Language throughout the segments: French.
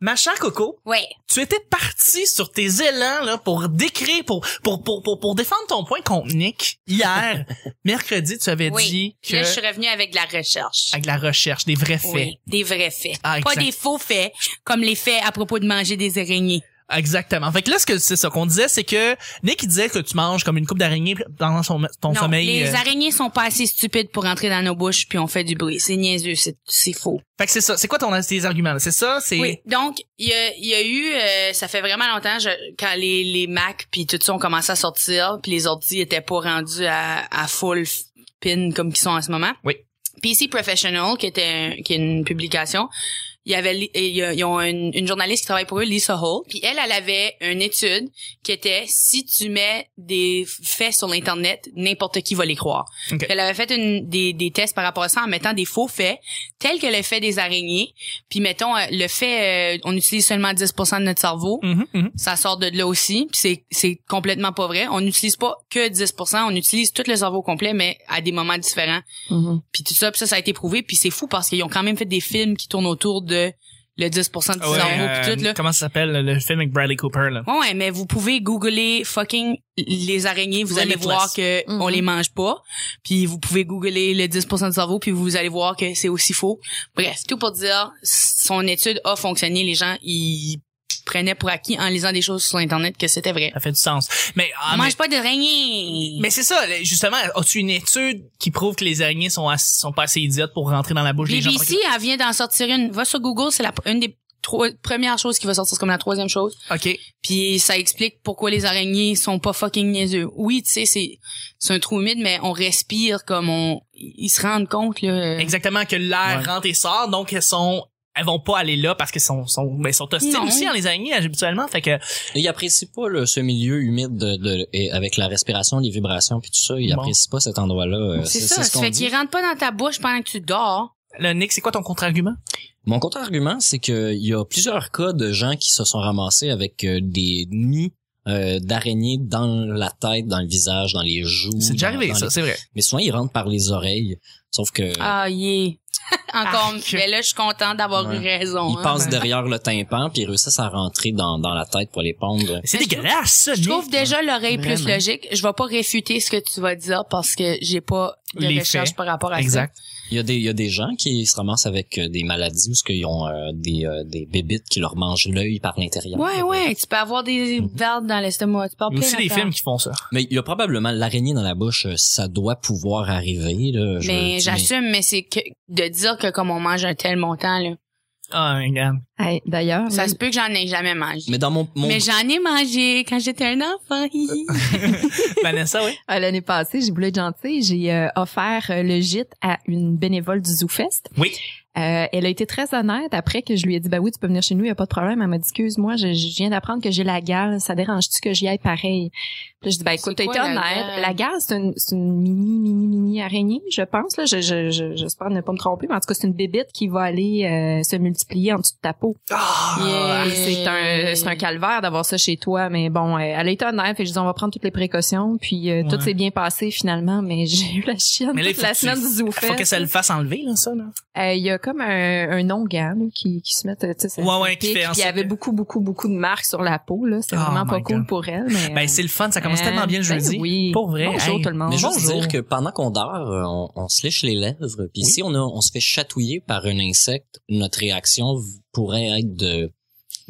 Ma chère Coco, Ouais. tu étais parti sur tes élans là pour décrire pour pour pour pour, pour défendre ton point contre Nick hier mercredi tu avais Oui. dit Puis que Là, je suis revenue avec de la recherche. avec la recherche des vrais faits Oui, des vrais faits. Ah, pas exact. des faux faits, comme les faits à propos de manger des araignées. exactement fait que là ce que c'est ça qu'on disait c'est que Nick il disait que tu manges comme une coupe d'araignée pendant son, ton non, sommeil les euh, araignées sont pas assez stupides pour entrer dans nos bouches puis on fait du bruit. C'est niaiseux, c'est, c'est faux. fait que c'est ça c'est quoi ton tes arguments là? c'est ça c'est Oui. Donc, il y a, il y a eu, euh, ça fait vraiment longtemps, je, quand les, les Mac puis tout ça ont commencé à sortir, puis les ordi étaient pas rendus à, à full f- pin comme qu'ils sont en ce moment. Oui. PC Professional, qui était un- qui est une publication, il y avait, li- et il y a- ils ont une, une journaliste qui travaille pour eux, Lisa Hall, puis elle, elle avait une étude qui était si tu mets des faits sur l'internet, n'importe qui va les croire. Ok. Elle avait fait une, des, des tests par rapport à ça en mettant des faux faits, tels que le fait des araignées, puis mettons euh, le fait euh, on utilise seulement 10% de notre cerveau. Mhm, mhm. Ça sort de là aussi, puis c'est c'est complètement pas vrai. On n'utilise pas que 10%, on utilise tout le cerveau complet, mais à des moments différents. Puis tout ça, puis ça, ça a été prouvé. Puis c'est fou parce qu'ils ont quand même fait des films qui tournent autour de le 10% du Ouais, cerveau, euh, puis tout là. comment ça s'appelle le film avec Bradley Cooper là Ouais, ouais, mais vous pouvez googler fucking les araignées, vous The allez Mythless. voir que Mhm. on les mange pas. Puis vous pouvez googler le 10% du cerveau, puis vous allez voir que c'est aussi faux. Bref, tout pour dire, son étude a fonctionné. Les gens, ils prenaient pour acquis en lisant des choses sur Internet que c'était vrai. ça fait du sens mais ah, on mais- mange pas d'araignées! Mais c'est ça, là, justement, as-tu une étude qui prouve que les araignées sont, ass- sont pas assez idiotes pour rentrer dans la bouche des gens? BBC, elle vient d'en sortir une. Va sur Google, c'est la pr- une des trois premières choses qui va sortir, c'est comme la troisième chose. OK. Puis ça explique pourquoi les araignées sont pas fucking niaiseux. Oui, tu sais, c'est c'est un trou humide, mais on respire comme on... Ils se rendent compte, là. Exactement, que l'air Ouais. rentre et sort, donc elles sont... Elles vont pas aller là parce qu'elles sont, sont, ben, elles sont hostiles Non. aussi, hein, les araignées, habituellement. Fait que, Et il apprécie pas le, ce milieu humide de, de- et avec la respiration, les vibrations puis tout ça. Il Bon. apprécie pas cet endroit-là. euh, C'est ça, ce ça qu'on fait dit. qu'ils rentrent pas dans ta bouche pendant que tu dors. là, Nick, c'est quoi ton contre-argument? Mon contre-argument, c'est que il y a plusieurs cas de gens qui se sont ramassés avec euh, des nids euh, d'araignées dans la tête, dans le visage, dans les joues. C'est déjà dans- arrivé, dans ça, les- c'est vrai. Mais souvent, ils rentrent par les oreilles. Sauf que Ah, yeah. Encore, Arc. mais là, je suis contente d'avoir Ouais. eu raison. ils hein. passent derrière le tympan puis ils réussissent à rentrer dans, dans la tête pour les pondre. C'est Mais je dégueulasse, ça, Je trouve Nick. déjà l'oreille plus Vraiment. logique. Je vais pas réfuter ce que tu vas dire parce que j'ai pas de Les recherche faits. par rapport à Exact. Il y a des il y a des gens qui se ramassent avec euh, des maladies où ce qu'ils ont euh, des euh, des bébites qui leur mangent l'œil par l'intérieur. ça. Ouais, ouais, tu peux avoir des verres dans l'estomac. Tu peux avoir Il y a aussi plein des d'affaires. films qui font ça. Mais il y a probablement l'araignée dans la bouche, euh, ça doit pouvoir arriver là. je- Mais j'assume, mais c'est que de dire que comme on mange un tel montant, là, Ah, regarde. Hey, D'ailleurs, ça oui. se peut que j'en ai jamais mangé. Mais dans mon, mon Mais j'en ai mangé quand j'étais un enfant. hi, hi. Vanessa, oui? Euh, l'année passée, j'ai voulu être gentille, j'ai euh, offert euh, le gîte à une bénévole du ZooFest. Oui. Euh, elle a été très honnête après que je lui ai dit bah oui tu peux venir chez nous il y a pas de problème elle m'a dit excuse-moi je, je viens d'apprendre que j'ai la gale ça dérange-tu que j'y aille pareil Puis là, je dis bah écoute C'est t'as quoi été la honnête gale? la gale c'est une, c'est une mini mini mini araignée je pense là je je- je- j'espère ne pas me tromper mais en tout cas c'est une bébite qui va aller euh, se multiplier en dessous de ta peau Ah! euh, Yeah. et c'est un c'est un calvaire d'avoir ça chez toi mais bon euh, elle a été honnête et je dis on va prendre toutes les précautions puis euh, tout Ouais. s'est bien passé finalement mais j'ai eu la chienne Mais là, il toute faut la que tu- semaine du zoufest Faut que ça le fasse enlever, là, ça, là. Euh, il y a comme un, un onguent là, qui, qui se met, tu sais, ça- Ouais, ça ouais, qui pique, fait en puis il y sorte avait que- beaucoup, beaucoup, beaucoup de marques sur la peau. là C'est Oh vraiment pas my cool God. pour elle. Mais, Ben, c'est le fun, ça commence euh, tellement bien le ben jeudi. oui. Pour vrai. Bonjour hey. tout le monde. Mais je veux Bonjour. dire que pendant qu'on dort, euh, on, on se lèche les lèvres, Oui. puis si on, a, on se fait chatouiller par un insecte, notre réaction v- pourrait être de,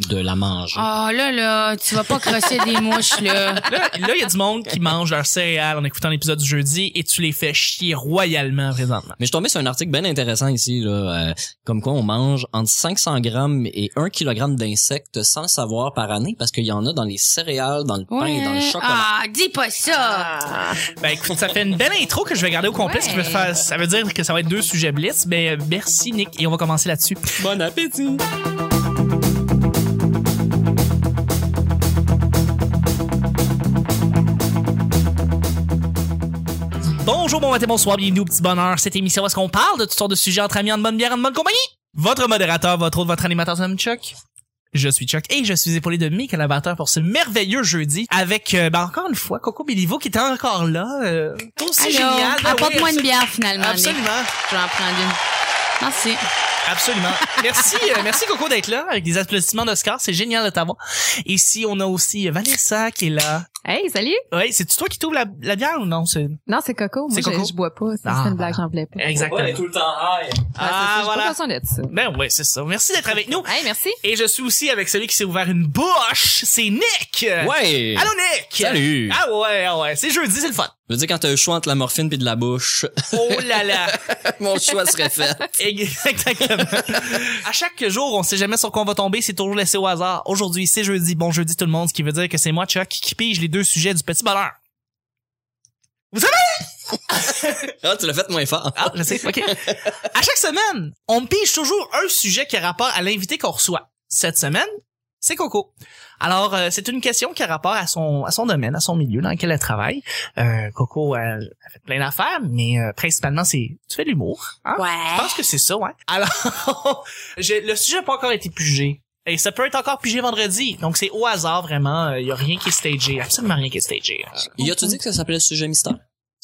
de la manger. Ah là là, tu vas pas crosser Ah, des mouches là. Là, là, il y a du monde qui mange leurs céréales en écoutant l'épisode du jeudi et tu les fais chier royalement présentement. Mais je suis tombé sur un article bien intéressant ici, là, euh, comme quoi on mange entre 500 grammes et 1 kg d'insectes sans le savoir par année, parce qu'il y en a dans les céréales, dans le pain, et dans le chocolat. Ah, dis pas ça. Ben écoute, ça fait une belle intro que je vais garder au complet. ce qui veut faire- ça veut dire que ça va être deux sujets blitz. Mais euh, merci Nick et on va commencer là-dessus. Bon appétit! Bonjour, bon matin, bonsoir, bienvenue au petit bonheur. Cette émission où est-ce qu'on parle de toutes sortes de sujets entre amis, en bonne bière, en bonne compagnie. Votre modérateur, votre autre, votre animateur, c'est Chuck. Je suis Chuck et je suis épaulé de mes collaborateurs pour ce merveilleux jeudi avec, euh, ben encore une fois, Coco Béliveau qui était encore là. Euh, aussi Allô, génial. Ben oui, apporte-moi une bière finalement. Nick. Absolument. Je vais en prendre une. Merci. Absolument. Merci, euh, merci Coco d'être là avec des applaudissements d'Oscar. C'est génial de t'avoir. Ici, on a aussi Vanessa qui est là. Hey, salut! Ouais, c'est toi qui t'ouvres la, la bière ou non? c'est- Non, c'est Coco. Moi, C'est je, Coco? je bois pas. C'est Ah. c'est une blague, j'en voulais pas. Exactement. tout le temps high. Ah, je voilà. Pas façon d'être ça. Ben ouais, c'est ça. Merci d'être avec nous. Hey, merci. Et je suis aussi avec celui qui s'est ouvert une bouche. C'est Nick. Ouais. Allô, Nick. Salut. Ah ouais, ah ouais. C'est jeudi, c'est le fun. Je veux dire, quand t'as le choix entre la morphine puis de la bouche, Oh là là. mon choix serait fait. Exactement. à chaque jour, on sait jamais sur quoi on va tomber, c'est toujours laissé au hasard. Aujourd'hui, c'est jeudi, bon jeudi tout le monde, ce qui veut dire que c'est moi, Chuck, qui pige les deux sujets du petit bonheur. Ah, tu l'as fait moins fort. Ah, je sais, ok. À chaque semaine, on me pige toujours un sujet qui a rapport à l'invité qu'on reçoit. Cette semaine, c'est Coco. Alors, euh, c'est une question qui a rapport à son, à son domaine, à son milieu dans lequel elle travaille. Euh, Coco, elle, elle fait plein d'affaires, mais euh, principalement, c'est... Tu fais de l'humour, Ah, hein? Je Ouais. pense que c'est ça, ouais. Alors, j'ai- le sujet n'a pas encore été pugé. Et ça peut être encore pugé vendredi. Donc, c'est au hasard, vraiment. Il y a rien qui est stagé. Absolument rien qui est stagé. Euh, Y a-tu dit que ça s'appelait sujet mystère?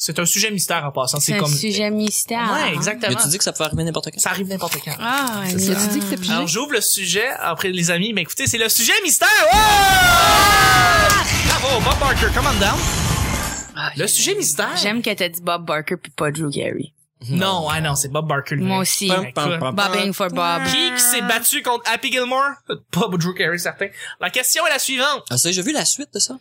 C'est un sujet mystère en passant. C'est C'est un comme... sujet hein? mystère. Ouais, Y exactement. a-tu dit que ça pouvait arriver n'importe quand? Ça arrive n'importe quand. Ah, C'est ouais. ça. Tu dis que c'est pigé? Alors, j'ouvre le sujet après les amis. Mais écoutez, c'est le sujet mystère! Ouais! Bravo, Bob Barker, come on down. Le sujet mystère? Ah, J'aime que t'as dit Bob Barker puis pas Drew Carey. Non, ouais, non, c'est Bob Barker. lui. Moi aussi. Pam, pam, pam. Bobbing for Bob. Qui qui s'est battu contre Happy Gilmore? Pas Drew Carey, certain. La question est la suivante. Ah, ça, j'ai vu la suite de ça.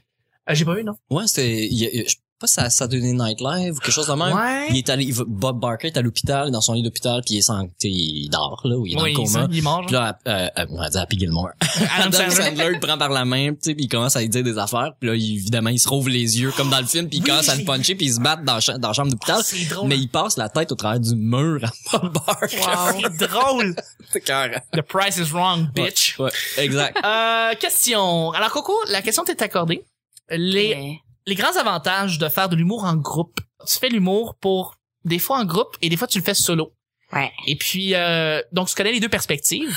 Euh, J'ai pas vu, non? Ouais, c'était, il y a- je sais pas, ça, Saturday Night Live ou quelque chose de même. Ouais. Il est allé, il va- Bob Barker est à l'hôpital, dans son lit d'hôpital, puis il est sans, tu sais, il dort, là, ou il est dans Oui, le il, coma. il mange. Puis là, euh, euh, on va dire Happy Gilmore. Adam Adam Sandler. Sandler le prend par la main, tu sais, puis il commence à lui dire des affaires, puis là, il- évidemment, il se rouvre les yeux comme dans le film, puis il Oui, commence à j'ai le puncher, puis il se bat dans, la cha- dans la chambre d'hôpital. Ah, C'est drôle. mais il passe la tête au travers du mur à Bob Barker. C'est drôle. C'est carré. The price is wrong, bitch. Ouais, exact. Euh, question. Alors, Coco, la question t'est accordée. Les, Ouais. les grands avantages de faire de l'humour en groupe. Tu fais l'humour pour des fois en groupe et des fois tu le fais solo. Ouais. Et puis, euh, donc tu connais les deux perspectives.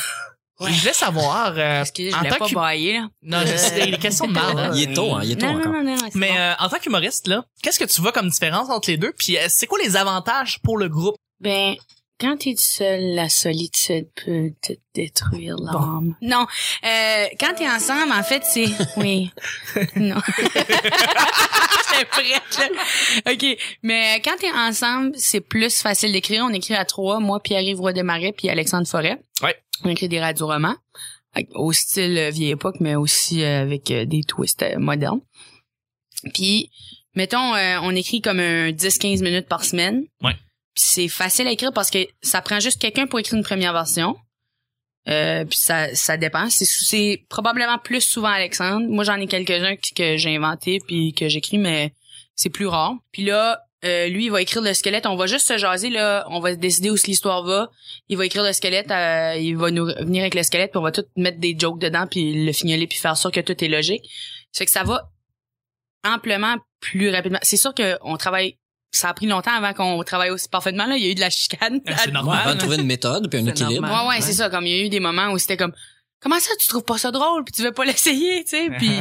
Ouais. Et je voulais savoir, euh, Excusez, je en voulais tant pas que... bailler, là. Non, je sais, les questions de marde. hein. Il est tôt, hein, il est tôt Ah. Non, non, encore. non, non, non, c'est Mais bon. euh, en tant qu'humoriste, là, qu'est-ce que tu vois comme différence entre les deux? Puis euh, c'est quoi les avantages pour le groupe? Ben, quand t'es seul, la solitude peut te détruire l'âme. Non, euh, quand t'es ensemble, en fait, c'est... Oui. non. J'étais prête, là. OK, mais quand t'es ensemble, c'est plus facile d'écrire. On écrit à trois, moi, Pierre-Yves Roy Desmarais, puis Alexandre Forêt. Ouais. On écrit des radioromans, avec- au style euh, vieille époque, mais aussi euh, avec euh, des twists euh, modernes. Puis, mettons, euh, on écrit comme un 10-15 minutes par semaine. Puis c'est facile à écrire parce que ça prend juste quelqu'un pour écrire une première version. Euh, puis ça, ça dépend. C'est, sou- c'est probablement plus souvent Alexandre. Moi, j'en ai quelques-uns que, que j'ai inventé puis que j'écris, mais c'est plus rare. Puis là, euh, lui, il va écrire le squelette. On va juste se jaser, là. On va décider où l'histoire va. Il va écrire le squelette. euh, il va nous venir avec le squelette puis on va tout mettre des jokes dedans puis le fignoler puis faire sûr que tout est logique. Ça fait que ça va amplement plus rapidement. C'est sûr qu'on travaille... Ça a pris longtemps avant qu'on travaille aussi parfaitement. Là, il y a eu de la chicane. Euh, Ah, C'est On normal. va trouver une méthode, puis un C'est équilibre. normal. Ouais, ouais, c'est ça. Comme il y a eu des moments où c'était comme, comment ça, tu trouves pas ça drôle, puis tu veux pas l'essayer, tu sais. Puis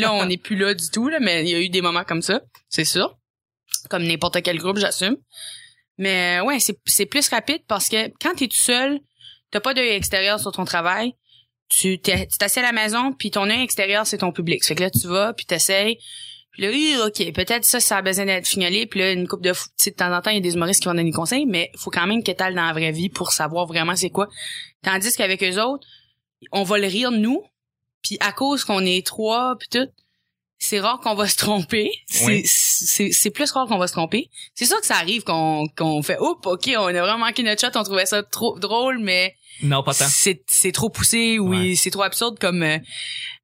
là, on n'est plus là du tout, là, mais il y a eu des moments comme ça, c'est sûr. Comme n'importe quel groupe, j'assume. Mais euh, ouais, c'est, c'est plus rapide parce que quand t'es tout seul, t'as pas d'œil extérieur sur ton travail. Tu, t'es- tu t'assieds à la maison, puis ton œil extérieur, c'est ton public. Fait que là, tu vas, puis t'essayes. Puis là, oui, OK, peut-être ça, ça a besoin d'être fignolé. Puis là, une coupe de... fou- Tu sais, de temps en temps, il y a des humoristes qui vont donner des conseils, mais faut quand même que t'ailles dans la vraie vie pour savoir vraiment c'est quoi. Tandis qu'avec eux autres, on va le rire, nous. Puis à cause qu'on est trois, puis tout, c'est rare qu'on va se tromper. C'est, Oui. c'est, c'est plus rare qu'on va se tromper. C'est sûr que ça arrive qu'on, qu'on fait « Oups, OK, on a vraiment manqué notre shot, on trouvait ça trop drôle, mais... » Non, pas C'est, c'est trop poussé, oui, Ouais. c'est trop absurde comme euh,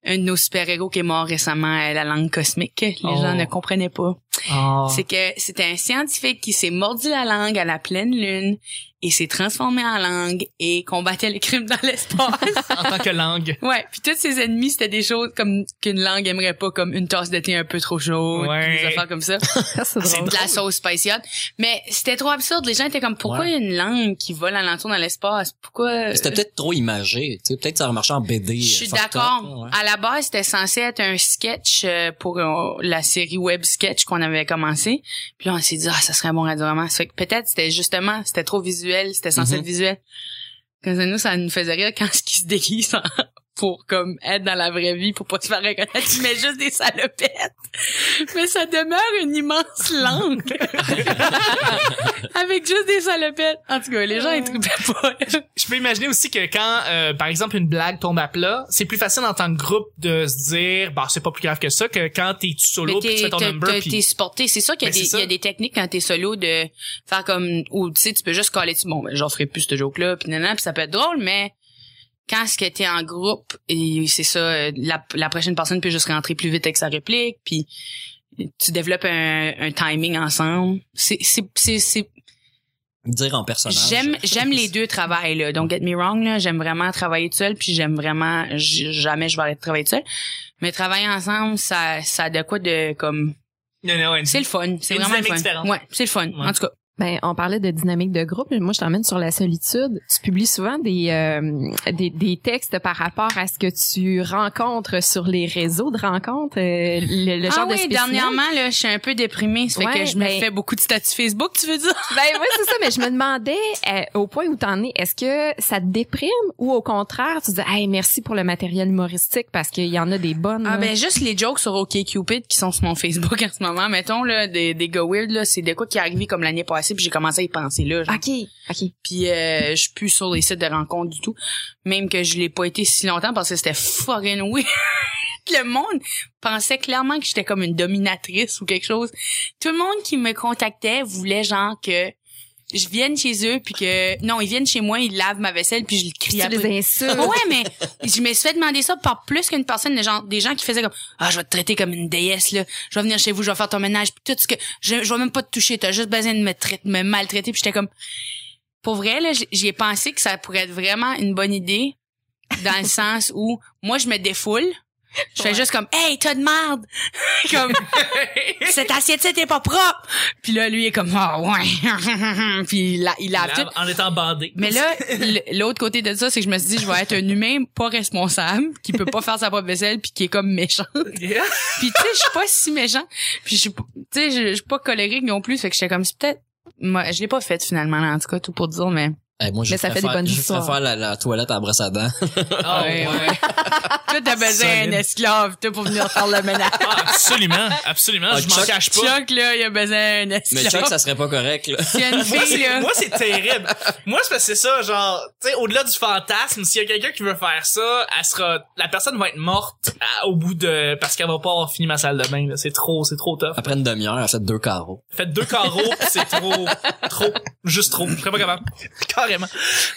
un de nos super-héros qui est mort récemment à la langue cosmique. Les Oh. Ah. gens ne comprenaient pas. Ah. C'est que c'était un scientifique qui s'est mordu la langue à la pleine lune et s'est transformé en langue et combattait les crimes dans l'espace. en tant que langue. ouais, puis tous ses ennemis, c'était des choses comme qu'une langue aimerait pas, comme une tasse de thé un peu trop chaude, Ouais. puis des affaires comme ça. Ça, c'est Ah, C'est drôle. de la sauce spicey hot. Mais c'était trop absurde. Les gens étaient comme, pourquoi Ouais. il y a une langue qui vole alentour dans l'espace? Pourquoi... euh, C'était peut-être trop imagé. tu sais, Peut-être que ça remarchait en BD. Je suis fucked up, d'accord. Ah, ouais. À la base, c'était censé être un sketch euh, pour euh, la série web sketch qu'on avait commencé. Puis là, on s'est dit, ah, ça serait un bon radiodrama. Ça fait que peut-être c'était justement, c'était trop visuel, c'était censé Mhm. être visuel. Quand nous, ça nous faisait rire quand ce qui se déguise en- pour comme être dans la vraie vie, pour pas se faire reconnaître, tu mets juste des salopettes. Mais ça demeure une immense langue. Avec juste des salopettes. En tout cas, les gens, ils trouvaient pas. Je peux imaginer aussi que quand, euh, par exemple, une blague tombe à plat, c'est plus facile en tant que groupe de se dire, bah c'est pas plus grave que ça que quand t'es tout solo Mais puis tu t'es- fais ton t'es- number t'es- puis t'es supporté. C'est sûr qu'il y, Ben, a c'est des- ça. il y a des techniques quand t'es solo de faire comme, ou tu sais, tu peux juste caler dessus, bon, ben, j'en ferai plus ce joke-là, puis nanana, puis ça peut être drôle, mais quand est-ce que t'es en groupe, et c'est ça, euh, la, la prochaine personne peut juste rentrer plus vite avec sa réplique, puis tu développes un, un timing ensemble. C'est, c'est, c'est, c'est- Dire en personnage. j'aime, j'aime les deux travails, là. Donc, get me wrong, là, j'aime vraiment travailler tout seul, puis j'aime vraiment, j- jamais je vais arrêter de travailler tout seul. Mais travailler ensemble, ça, ça a de quoi de, comme, Non, non, c'est le fun. C'est Une vraiment le dynamique fun. différente. Ouais, c'est le fun. En tout cas. Ben, on parlait de dynamique de groupe. mais Moi, je t'emmène sur la solitude. Tu publies souvent des, euh, des, des textes par rapport à ce que tu rencontres sur les réseaux de rencontres, euh, le, le genre ah de oui, spécimen. dernièrement, là, je suis un peu déprimée. Ça fait Ouais, que je me ben- fais beaucoup de statuts Facebook, tu veux dire? Ben oui, c'est ça. Mais je me demandais, euh, au point où t'en es, est-ce que ça te déprime ou au contraire, tu dis, hey, merci pour le matériel humoristique parce qu'il y en a des bonnes. Ah là. ben, juste les jokes sur OkCupid qui sont sur mon Facebook en ce moment. Mettons, là, des, des go weird, là, c'est de quoi qui est arrivé comme l'année passée puis j'ai commencé à y penser, là. genre. Ok, ok. Puis, euh, je suis plus sur les sites de rencontres du tout. Même que je l'ai pas été si longtemps parce que c'était fucking weird. Le monde pensait clairement que j'étais comme une dominatrice ou quelque chose. Tout le monde qui me contactait voulait genre que je vienne chez eux puis que non ils viennent chez moi ils lavent ma vaisselle puis je le Tu crie après. les insultes. Ouais mais je me suis fait demander ça par plus qu'une personne des gens des gens qui faisaient comme ah je vais te traiter comme une déesse là je vais venir chez vous je vais faire ton ménage puis tout ce que je, je vais même pas te toucher t'as juste besoin de me traiter me maltraiter puis j'étais comme pour vrai là j- j'y ai pensé que ça pourrait être vraiment une bonne idée dans le sens où moi je me défoule je fais Ouais. juste comme hey t'as de merde comme cette assiette-ci t'es pas propre. Puis là, lui il est comme ah ouais. puis il la- il lave tout. en étant bandé. Mais là, l- l'autre côté de ça, c'est que je me suis dit, je vais être un humain pas responsable, qui peut pas faire sa propre vaisselle, puis qui est comme méchant. Puis tu sais, je suis pas si méchant. Puis je suis, pas- tu sais, je je suis pas colérique non plus, fait que j'étais comme c'est peut-être. Moi, je l'ai pas faite finalement, là, en tout cas, tout pour dire, mais. Eh, moi, je Mais ça fait des préfère- bonnes Je histoires. préfère la, la toilette à brosse à dents. Ah, ouais. Toi, t'as besoin d'un Solide. esclave, toi, pour venir faire le ménage. Ah, absolument, absolument, Ah, je m'en Chuck- cache pas. Chuck, là, il a besoin d'un Mais tu sais que esclave. ça serait pas correct, là. S'il y a une Moi, fille, c'est- là. Moi, c'est terrible. Moi, c'est parce que c'est ça, genre, tu sais, au-delà du fantasme, s'il y a quelqu'un qui veut faire ça, elle sera, la personne va être morte à- au bout de, parce qu'elle va pas avoir fini ma salle de bain, là. C'est trop, c'est trop tough. Après une demi-heure, elle fait deux carreaux. Faites deux carreaux, pis c'est trop, trop, juste trop. Je sais pas comment. Carrément.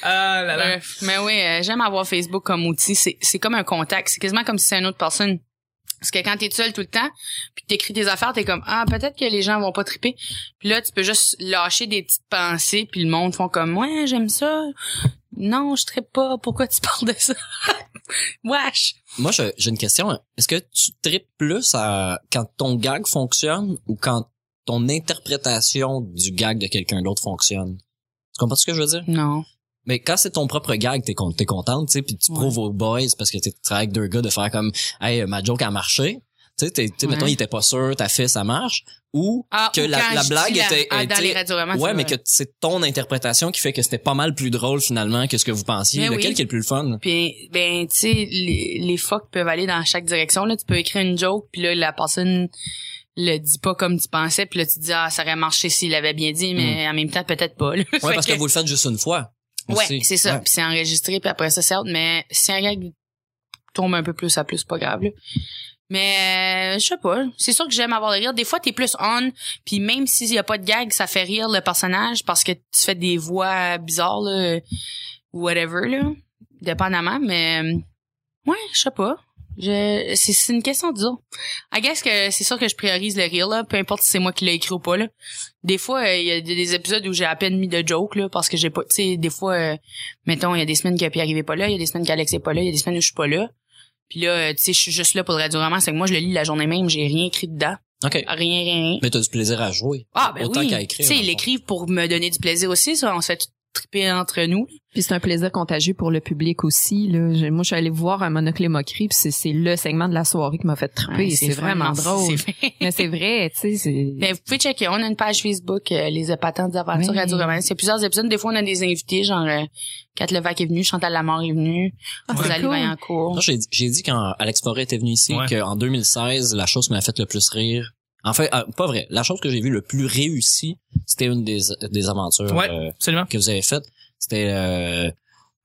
Ah là là. Bref. Mais oui, euh, j'aime avoir Facebook comme outil. C'est, c'est comme un contact. C'est quasiment comme si c'est une autre personne. Parce que quand t'es seul tout le temps, puis que t'écris tes affaires, t'es comme ah peut-être que les gens vont pas triper. Puis là, tu peux juste lâcher des petites pensées, puis le monde font comme ouais j'aime ça. Non, je tripe pas. Pourquoi tu parles de ça? Wesh. Moi, je- j'ai une question. Est-ce que tu tripes plus à quand ton gag fonctionne ou quand ton interprétation du gag de quelqu'un d'autre fonctionne? Tu comprends ce que je veux dire? Non. Mais quand c'est ton propre gag, t'es con- t'es contente, tu sais, puis tu Ouais. prouves aux boys parce que tu travailles avec deux gars de faire comme, hey, ma joke a marché. Tu sais, t'es- tu sais, Ouais. mettons, il était pas sûr, t'as fait, ça marche. Ou, Ah, Que ou la- quand la je blague dis était- ah, dans était- les radioromans, ouais, c'est mais que vrai. c'est ton interprétation qui fait que c'était pas mal plus drôle finalement que ce que vous pensiez. Mais Lequel Ben oui. qui est le plus le fun? Puis, ben, tu sais, les, les fucks peuvent aller dans chaque direction. Là, tu peux écrire une joke, puis là, la personne le dit pas comme tu pensais, puis là, tu te dis, ah, ça aurait marché s'il l'avait bien dit, mais en même temps, peut-être pas. là. Mm. Ouais, Fait parce que... vous le faites juste une fois. Ouais, aussi. c'est ça. Ouais. Puis c'est enregistré, puis après ça, certes, mais si un gars tombe un peu plus à plus, c'est pas grave. là. Mais euh, je sais pas. C'est sûr que j'aime avoir le rire. Des fois, t'es plus on, puis même s'il y a pas de gag, ça fait rire le personnage parce que tu fais des voix bizarres, là, ou whatever, là, dépendamment. Mais euh, ouais, je sais pas. Je, c'est, c'est une question dure. I guess que c'est sûr que je priorise le rire, là, peu importe si c'est moi qui l'ai écrit ou pas, là. Des fois, euh, il y a des- des épisodes où j'ai à peine mis de joke, là, parce que j'ai pas, tu sais, des fois, euh, mettons, il y a des semaines que Pierre arrivait pas là, il y a des semaines qu'Alex est pas là, il y a des semaines où je suis pas là. Puis là, euh, tu sais, je suis juste là pour le radio roman, c'est que moi, je le lis la journée même, j'ai rien écrit dedans. OK. Rien, rien, rien. Mais t'as du plaisir à jouer. Ah, ben Autant oui. qu'à écrire. Tu sais, dans ils le fond. l'écrivent pour me donner du plaisir aussi, ça. On se fait tout triper entre nous. Puis c'est un plaisir contagieux pour le public aussi. Là. J'ai- Moi, je suis allée voir un monoclé moquerie, puis c'est, c'est le segment de la soirée qui m'a fait triper. Ouais, c'est, vraiment drôle. c'est- Mais c'est vrai, tu sais. c'est- Mais vous pouvez checker, on a une page Facebook, euh, Les Épatants des Aventures Oui. Radio Romance. Il y a plusieurs épisodes. Des fois, on a des invités, genre euh, Kat Levac est venue, Chantal Lamar est venue, Ah, c'est Rosalie cool. Moi, Vaillancourt. j'ai dit- j'ai dit quand Alex Forêt était venu ici Ouais. qu'en 2016, la chose qui m'a fait le plus rire. Enfin, euh, pas vrai. La chose que j'ai vue le plus réussie, c'était une des, des aventures Ouais. euh, Absolument. que vous avez faites. C'était euh,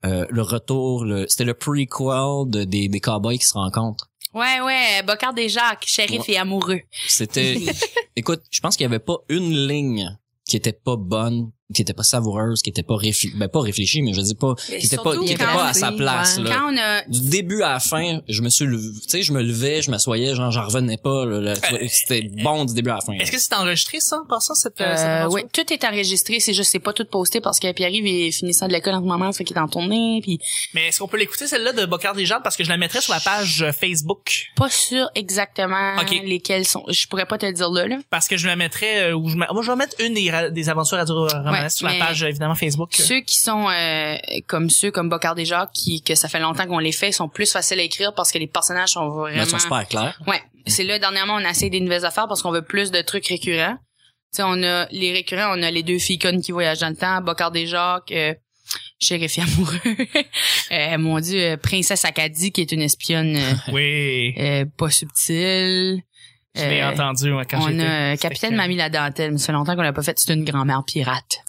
euh, le retour, le, c'était le prequel de, des, des cowboys qui se rencontrent. Ouais, ouais, Bocard des Jacques, shérif et amoureux. C'était, écoute, je pense qu'il n'y avait pas une ligne qui était pas bonne, qui était pas savoureuse, qui était pas réfléchie, ben pas réfléchie, mais je dis pas, Mais qui était pas, surtout qui était quand- pas à sa place. ouais. là. Quand on a, du début à la fin, je me suis levé, tu sais, je me levais, je m'assoyais, genre, j'en revenais pas, là, là, tu vois, c'était bon du début à la fin. Est-ce que c'est enregistré, ça, par ça, cette, euh, cette Euh, aventure? oui, tout est enregistré, c'est juste c'est pas tout posté parce que Pierre-Yves est finissant de l'école en ce moment, fait qu'il est en tournée, puis Mais est-ce qu'on peut l'écouter, celle-là, de Bocard des Jardins, parce que je la mettrais sur la page euh, Facebook. pas sûr exactement Ok. lesquels sont. Je pourrais pas te le dire là. là. Parce que je la mettrais, euh, ou je, mets- moi, je vais mettre une des, ra- des aventures radio romanesque Ouais, sur la mais- page, euh, évidemment, Facebook. Ceux qui sont euh, comme ceux comme Bocard des Jacques, qui que ça fait longtemps qu'on les fait, ils sont plus faciles à écrire parce que les personnages sont Mais elles sont vraiment. super claires. Ouais, c'est là dernièrement on a essayé des nouvelles affaires parce qu'on veut plus de trucs récurrents. Tu sais, on a les récurrents, on a les deux filles connes qui voyagent dans le temps, Bocard des Jacques, euh, Shérif et amoureux, euh, mon dieu, euh, Princesse Acadie qui est une espionne. euh, Oui. Euh, pas subtil. Je l'ai Euh, entendu, ouais, quand on j'étais. a euh, C'était Capitaine que- Mamie la dentelle, mais ça fait longtemps qu'on l'a pas fait, c'est une grand-mère pirate.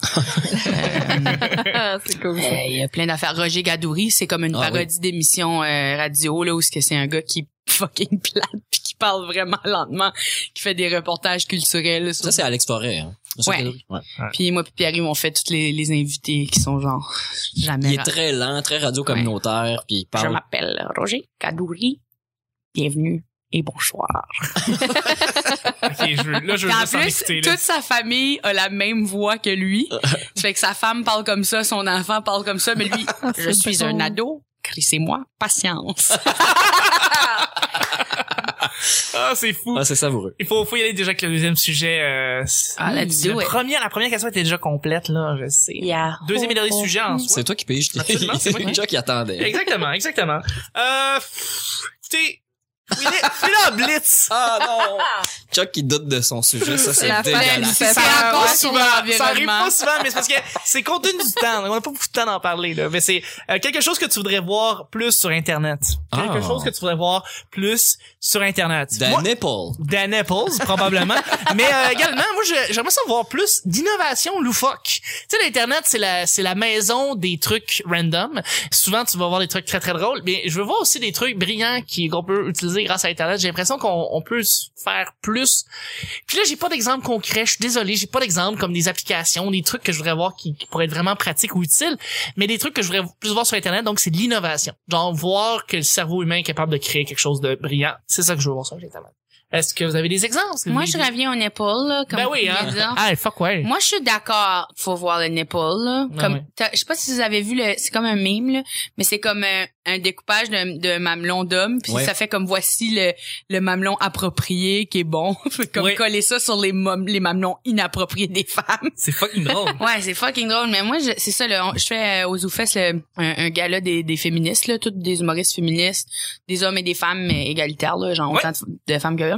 Ah, c'est cool. Euh, Il y a plein d'affaires. Roger Gadouri, c'est comme une Ah, parodie d'émission euh, radio, là, où ce que c'est un gars qui est fucking plate puis qui parle vraiment lentement, qui fait des reportages culturels. là, sur- Ça, c'est Alex Forêt, hein. Monsieur Ouais. Cadouri. Ouais. Puis moi puis Pierre, on fait tous les, les invités qui sont genre jamais Il est ra- très lent, très radio communautaire, puis il Je parle. m'appelle Roger Gadouri. Bienvenue et bonsoir. Ok, je veux- là, je veux Puis juste en en écouter, plus, là. toute sa famille a la même voix que lui. fait que sa femme parle comme ça, son enfant parle comme ça, mais lui, je c'est suis drôle. un ado. c'est moi patience. Ah, c'est fou. Ah, c'est savoureux. Il faut, faut y aller déjà avec le deuxième sujet. euh, Ah, let's le do it. premier, la première question était déjà complète, là, je sais. Yeah. Oh, Deuxième et dernier sujet en soi. C'est toi qui piges. Absolument, c'est moi qui- C'est Jack qui attendait. Exactement, exactement. Euh, pff, écoutez, fais la blitz. Ah non! Chuck qui doute de son sujet, ça c'est La fin, dégueulasse. c'est- Ça fait arrive peur, pas ouais, souvent, ça arrive l'environnement. pas souvent, mais c'est parce que c'est compte tenu du temps. donc On n'a pas beaucoup de temps d'en parler là, mais c'est euh, quelque chose que tu voudrais voir plus sur internet. Quelque Ah. chose que tu voudrais voir plus sur internet. Moi- Dan Nipple. Dan Apples, probablement. Mais euh, également, moi, je- j'aimerais ça voir plus d'innovation loufoque. Tu sais, l'Internet, c'est la, c'est la maison des trucs random. Souvent, tu vas voir des trucs très, très drôles. Mais je veux voir aussi des trucs brillants qui- qu'on peut utiliser grâce à Internet. J'ai l'impression qu'on on peut s- faire plus. Puis là, j'ai pas d'exemple concret. Je suis désolé, j'ai pas d'exemple comme des applications, des trucs que je voudrais voir qui, qui pourraient être vraiment pratiques ou utiles. Mais des trucs que je voudrais plus voir sur Internet, donc c'est de l'innovation. Genre, voir que le cerveau humain est capable de créer quelque chose de brillant. C'est ça que je veux voir sur Internet. Est-ce que vous avez des exemples? Est-ce que Moi, vous- je reviens au nipple, là, comme Ben oui, vous hein. voulez dire. Ah, fuck, ouais. Moi, je suis d'accord, faut voir le nipple, là. Ouais, Comme, ouais. t'as- je sais pas si vous avez vu le, c'est comme un mime, là, mais c'est comme un, un découpage de, de mamelon d'homme, puis Ouais. ça fait comme voici le, le mamelon approprié qui est bon, Fait comme Ouais. coller ça sur les, mom- les mamelons inappropriés des femmes. C'est fucking drôle. Ouais, c'est fucking drôle, mais moi, je- c'est ça, là, on- je fais euh, aux Zoufest le- un, un gala des, des féministes, là, toutes des humoristes féministes, des hommes et des femmes euh, égalitaires, là, genre Ouais. autant de, de femmes que d'hommes.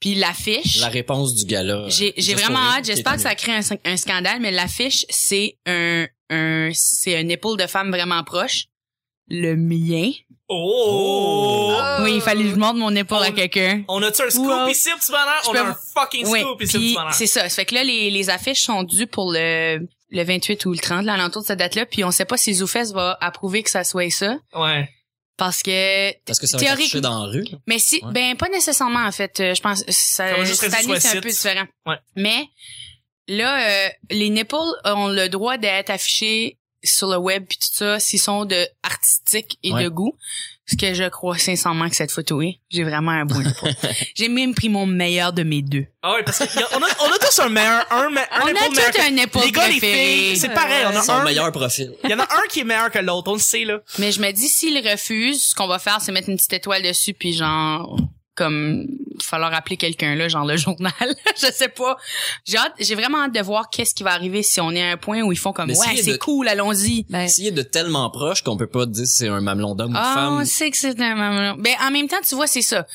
Puis l'affiche... La euh, réponse du gala. J'ai, j'ai vraiment hâte. J'espère que ça crée un, sc- un scandale, mais l'affiche, c'est un, un, c'est un épaule de femme vraiment proche. Le mien. Oh! Oui, il fallait que je montre mon épaule à On- quelqu'un. On a-tu un scoop Wow. ici, petit bonheur? Je On peux a vous- un fucking Oui, scoop ici, puis petit bonheur. c'est ça. Ça fait que là, les, les affiches sont dues pour le, le 28 ou le 30, là, à l'entour de cette date-là. Puis on sait pas si Zoufès va approuver que ça soit ça. Ouais. Parce que... Parce que ça va être Théorique- affiché dans la rue. là. Mais si... Ouais. Ben, pas nécessairement, en fait. Euh, Je pense... Ça, Ça va juste cette rester sur année, le c'est un site. peu différent. Ouais. Mais là, euh, les nipples ont le droit d'être affichés sur le web puis tout ça s'ils sont de artistique et Ouais. de goût. Ce que je crois sincèrement que cette photo est. J'ai vraiment un bon nipple. J'ai même pris mon meilleur de mes deux. Ah ouais, parce qu'on a, on a tous un meilleur, un, me- un on a épaule meilleur tout que- un nipple Les gars, les préféré. filles, c'est pareil, on a Son un. meilleur profil. Il y en a un qui est meilleur que l'autre, on le sait, là. Mais je me dis, s'ils refusent, ce qu'on va faire, c'est mettre une petite étoile dessus puis genre comme falloir appeler quelqu'un là genre le journal je sais pas j'ai hâte- j'ai vraiment hâte de voir qu'est-ce qui va arriver si on est à un point où ils font comme Mais ouais s'il y a c'est de- cool allons-y Ben, S'il est de tellement proche qu'on peut pas dire si c'est un mamelon d'homme ou de ah on femme. sait que c'est un mamelon. ben en même temps tu vois c'est ça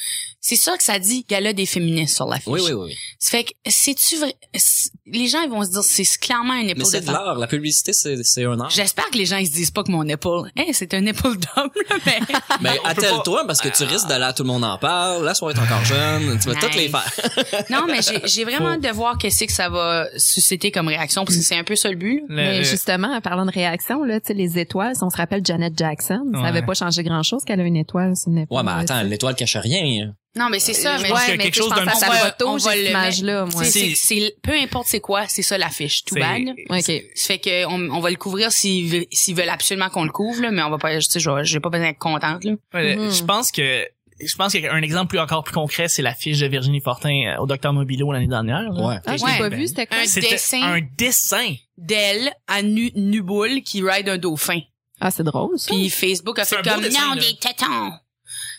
c'est ça que ça dit gala des féministes sur la fiche Oui, oui, oui. Ça fait que c'est-tu vrai c'est- les gens ils vont se dire c'est clairement une Mais épaule c'est de de femme. l'art. La publicité, c'est c'est un art. J'espère que les gens ils se disent pas que mon épaule, hey, c'est un épaule d'homme là, mais Mais On peut pas- Ah. attelle-toi parce que tu risques d'aller à tout le monde en parle. La soirée est encore jeune. Tu vas Nice. toutes les faire. non mais j'ai j'ai vraiment Faut- hâte de voir qu'est-ce que ça va susciter comme réaction parce que c'est un peu ça le but. là. Le- mais le- justement, en parlant de réaction, là, tu sais, les étoiles, si on se rappelle Janet Jackson, ça Ouais. avait pas changé grand-chose qu'elle a une étoile. sur une épaule, Ouais, mais là, tu sais. attends, l'étoile cache rien. hein. Non mais c'est ça je mais pense Ouais, qu'il y a mais quelque tu sais, chose je d'un pense à peu- la photo, on va j'ai le cette image-là, moi. Tu sais, Ouais. Euh, c'est c'est- peu importe c'est quoi, c'est ça l'affiche tout C'est- bad. OK. Ça fait que on, on va le couvrir s'ils ve- s'ils veulent absolument qu'on le couvre là, mais on va pas je sais je vais- j'ai pas besoin d'être contente là. Ouais, Mhm. Euh, Je pense que je pense qu'un exemple plus encore plus concret, c'est la fiche de Virginie Fortin euh, au docteur Mobilo l'année dernière. là. Ouais. Ah, je l'ai Ouais, pas ben, vu, c'était quoi? un- C'était dessin. Un dessin. D'elle à nu, Nuboul qui ride un dauphin. Ah, c'est drôle, ça. Puis Facebook a C'est fait un beau comme dessin, non là. des tétons.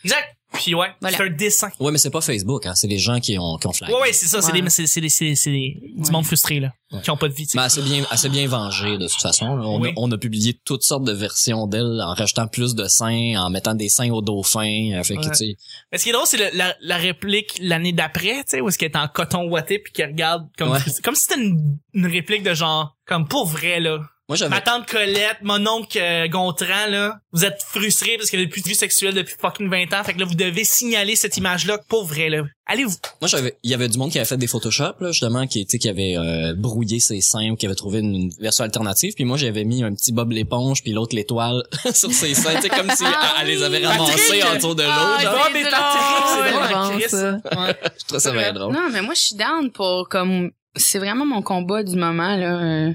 Exact. Puis ouais, Voilà. c'est un dessin. Ouais, mais c'est pas Facebook, hein. C'est les gens qui ont, qui ont flagué. Ouais, ouais, c'est ça. C'est Ouais. des, c'est, c'est, des- c'est, c'est des- du Ouais. monde frustré là, Ouais. qui ont pas de vie. tu sais. Mais assez bien, assez bien vengé, de toute façon. là. On, Oui. a, on a publié toutes sortes de versions d'elle en rajoutant plus de seins, en mettant des seins aux dauphins. euh, Fait que, Ouais. tu sais, Mais ce qui est drôle, c'est le- la, la réplique l'année d'après, tu sais, où est-ce qu'elle est en coton ouaté puis qu'elle regarde comme Ouais. c'est comme si c'était une, une réplique de genre comme pour vrai là. moi, j'avais Ma tante Colette, mon oncle euh, Gontran là, vous êtes frustrés parce qu'il n'y a plus de vie sexuelle depuis fucking 20 ans, fait que là vous devez signaler cette image là pour vrai là. Allez vous Moi, j'avais, il y avait du monde qui avait fait des Photoshop, là, justement, qui, tu sais, qui avait euh, brouillé ses seins ou qui avait trouvé une, une version alternative. Puis moi, j'avais mis un petit bob l'éponge, puis l'autre l'étoile sur ses seins, tu sais, comme si elle, Ah elle les avait oui! ramassés Patrick! autour de Ah, l'autre. c'est genre. Bob est drôle. Ah, Patrick, C'est c'est drôle, bon, Chris. ça. Je trouvais ça bien drôle. Non, mais moi, je suis down pour, comme, c'est vraiment mon combat du moment, là. euh,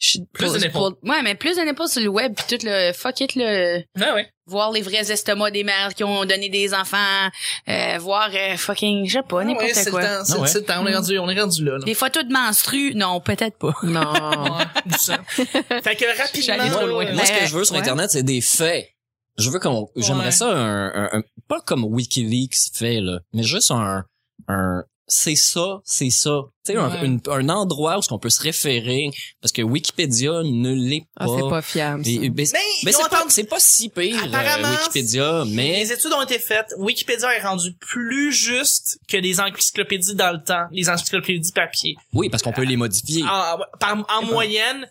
Je suis Plus pour- de nipples. pour- Ouais, mais plus de nipples sur le web, puis tout le fuck it, le Ah Ouais, ouais. voir les vrais estomacs des mères qui ont donné des enfants, euh, voir euh, fucking, je sais pas, n'importe quoi. c'est- Ah ouais. c'est on est rendu, on est rendu là. Des photos de menstrues, non, peut-être pas. Non. fait que J'allais rapidement, là, trop loin. euh, Moi, ce que Mais, je veux sur ouais. Internet, c'est des faits. Je veux qu'on, Ouais. j'aimerais ça un, un- un- pas comme WikiLeaks fait, là, mais juste un, un, c'est ça, c'est ça. Tu sais, un- Ouais. une- un, endroit où ce qu'on peut se référer, parce que Wikipédia ne l'est Ah, c'est pas fiable. ça. Et- et- ben, c'est- Mais ben, ils ont c'est pas, entendu- c'est pas si pire, euh, Apparemment, Wikipédia, mais les études ont été faites. Wikipédia est rendu plus juste que les encyclopédies dans le temps, les encyclopédies papier. oui, parce qu'on peut les modifier. Ah. En, par- en moyenne,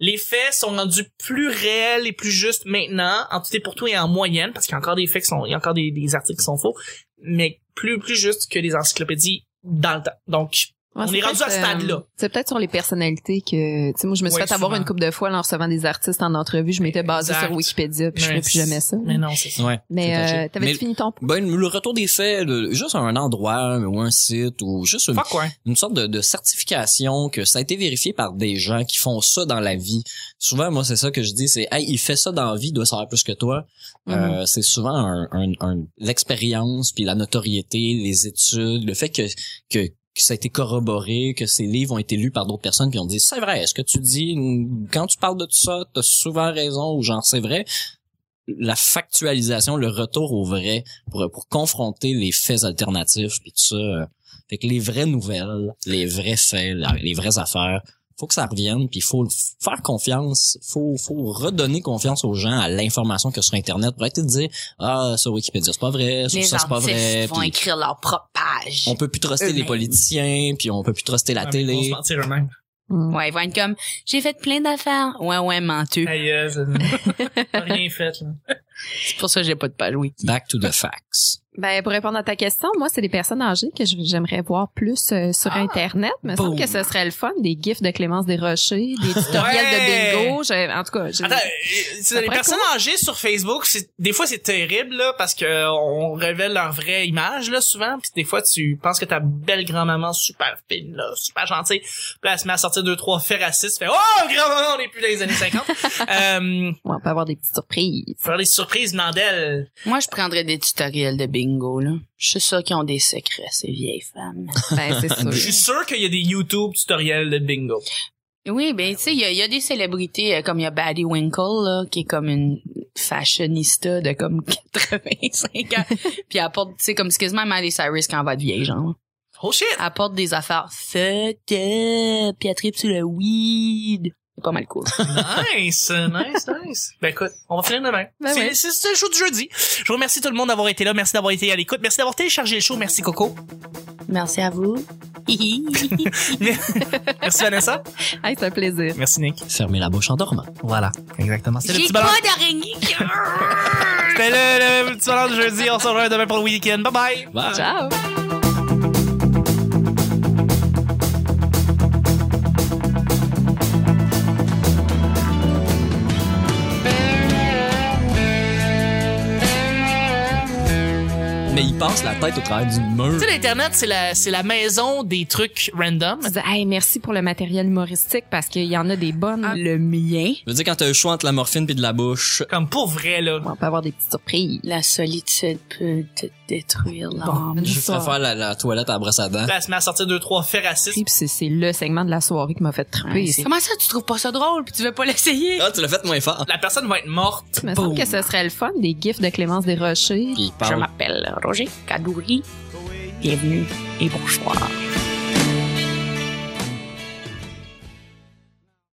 les faits sont rendus plus réels et plus justes maintenant, en tout et pour tout et en moyenne, parce qu'il y a encore des faits qui sont, il y a encore des, des articles qui sont faux, mais plus, plus justes que les encyclopédies dans le temps. Donc, Ouais, On c'est est rendu à peut-être, ce stade-là. euh, C'est peut-être sur les personnalités que, tu sais, moi, je me suis Ouais, fait avoir souvent. une couple de fois là, en recevant des artistes en entrevue. Je m'étais basée Exact. sur Wikipédia, puis je Mais ferais plus jamais ça. mais non, c'est ça. Ouais. Mais c'est euh, touché. t'avais Mais- fini ton Ben, le retour des faits, le- juste un endroit ou un site ou juste une, Fuck ouais. une sorte de, de certification que ça a été vérifié par des gens qui font ça dans la vie. Souvent, moi, c'est ça que je dis, c'est hey, il fait ça dans la vie, il doit savoir plus que toi. Euh, c'est souvent un, un- un- l'expérience, puis la notoriété, les études, le fait que, que, que ça a été corroboré, que ces livres ont été lus par d'autres personnes, puis on dit c'est vrai, est-ce que tu dis quand tu parles de tout ça, t'as souvent raison ou genre c'est vrai. La factualisation, le retour au vrai pour, pour confronter les faits alternatifs puis tout ça. euh, fait que les vraies nouvelles, les vrais faits, la- les vraies affaires, faut que ça revienne, puis faut f- faire confiance, faut faut redonner confiance aux gens à l'information que sur internet pour arrêter de dire ah sur Wikipédia c'est pas vrai, sur les ça c'est pas vrai, vont puis écrire leur propre page. on peut plus truster les eux-mêmes. Ah, politiciens, puis on peut plus truster la Ouais, mais ils télé. vont se mentir eux-mêmes. Mhm. Ouais, ils vont être comme, j'ai fait plein d'affaires. Ouais, ouais, menteux. Aïe, euh, je- t'as rien fait, là. C'est pour ça que j'ai pas de page Wiki. Back to the facts. Ben, pour répondre à ta question, moi, c'est des personnes âgées que je- j'aimerais voir plus euh, sur Ah, Internet. Il me semble boom. que ce serait le fun. Des gifs de Clémence Desrochers, des tutoriels Ouais. de bingo. Je- en tout cas, je- Attends, euh, c'est Ça les pourrait personnes âgées sur Facebook, c'est- des fois c'est terrible là, parce que euh, on révèle leur vraie image là souvent, puis des fois tu penses que ta belle grand-maman super fine là, super gentille, puis là, elle se met à sortir deux trois faits racistes, fait oh grand-maman on est plus dans les années 50. euh, ouais, on peut avoir des petites surprises. faire des surprises Nandel. Moi, je prendrais des tutoriels de bingo, là. Je suis sûre qu'ils ont des secrets, ces vieilles femmes. Ben, c'est Je suis sûr. sûr qu'il y a des YouTube tutoriels de bingo. Oui, ben tu sais, il y, a- il y a des célébrités euh, comme il y a Baddy Winkle là, qui est comme une fashionista de comme 85 ans, puis elle porte, tu sais, comme excuse-moi Miley Cyrus quand elle va être vieille, genre. Oh shit! Elle porte des affaires fucked up, puis elle tripe sur le weed. C'est pas mal cool. Nice, nice, nice. Ben écoute, on va finir demain. Ben c'est ouais. c'est- c'est le show du jeudi. Je vous remercie tout le monde d'avoir été là. Merci d'avoir été à l'écoute. Merci d'avoir téléchargé le show. Merci Coco. Merci à vous. Hihi. Merci Vanessa. Hey, c'est un plaisir. Merci Nick. Fermez la bouche en dormant. Voilà, exactement. C'était le J'ai petit ballon. pas d'araignée. C'était le, le petit ballon du jeudi. On se revoit demain pour le week-end. Bye bye. Bye. Ciao! Mais il passe la tête au travers du mur. Tu sais, l'Internet, c'est la, c'est la maison des trucs random. Je disais, Hey, merci pour le matériel humoristique parce qu'il y en a des bonnes. Le mien. Je veux dire, quand t'as le choix entre la morphine puis de la bouche, Comme pour vrai, là. On peut avoir des petites surprises. La solitude peut te détruire l'âme. je Bonsoir. préfère la, la toilette à la brosse à dents. Là, elle se met à sortir deux, trois fers à six. Puis c'est- c'est le segment de la soirée qui m'a fait Ouais, tremper. c'est- Comment ça, tu trouves pas ça drôle puis tu veux pas l'essayer? Ah, tu l'as fait moins fort. La personne va être morte. Il me semble Boum. que ce serait le fun, des gifs de Clémence Desrochers. Puis il Je parle. m'appelle Roger Cadouri. Bienvenue et bonsoir.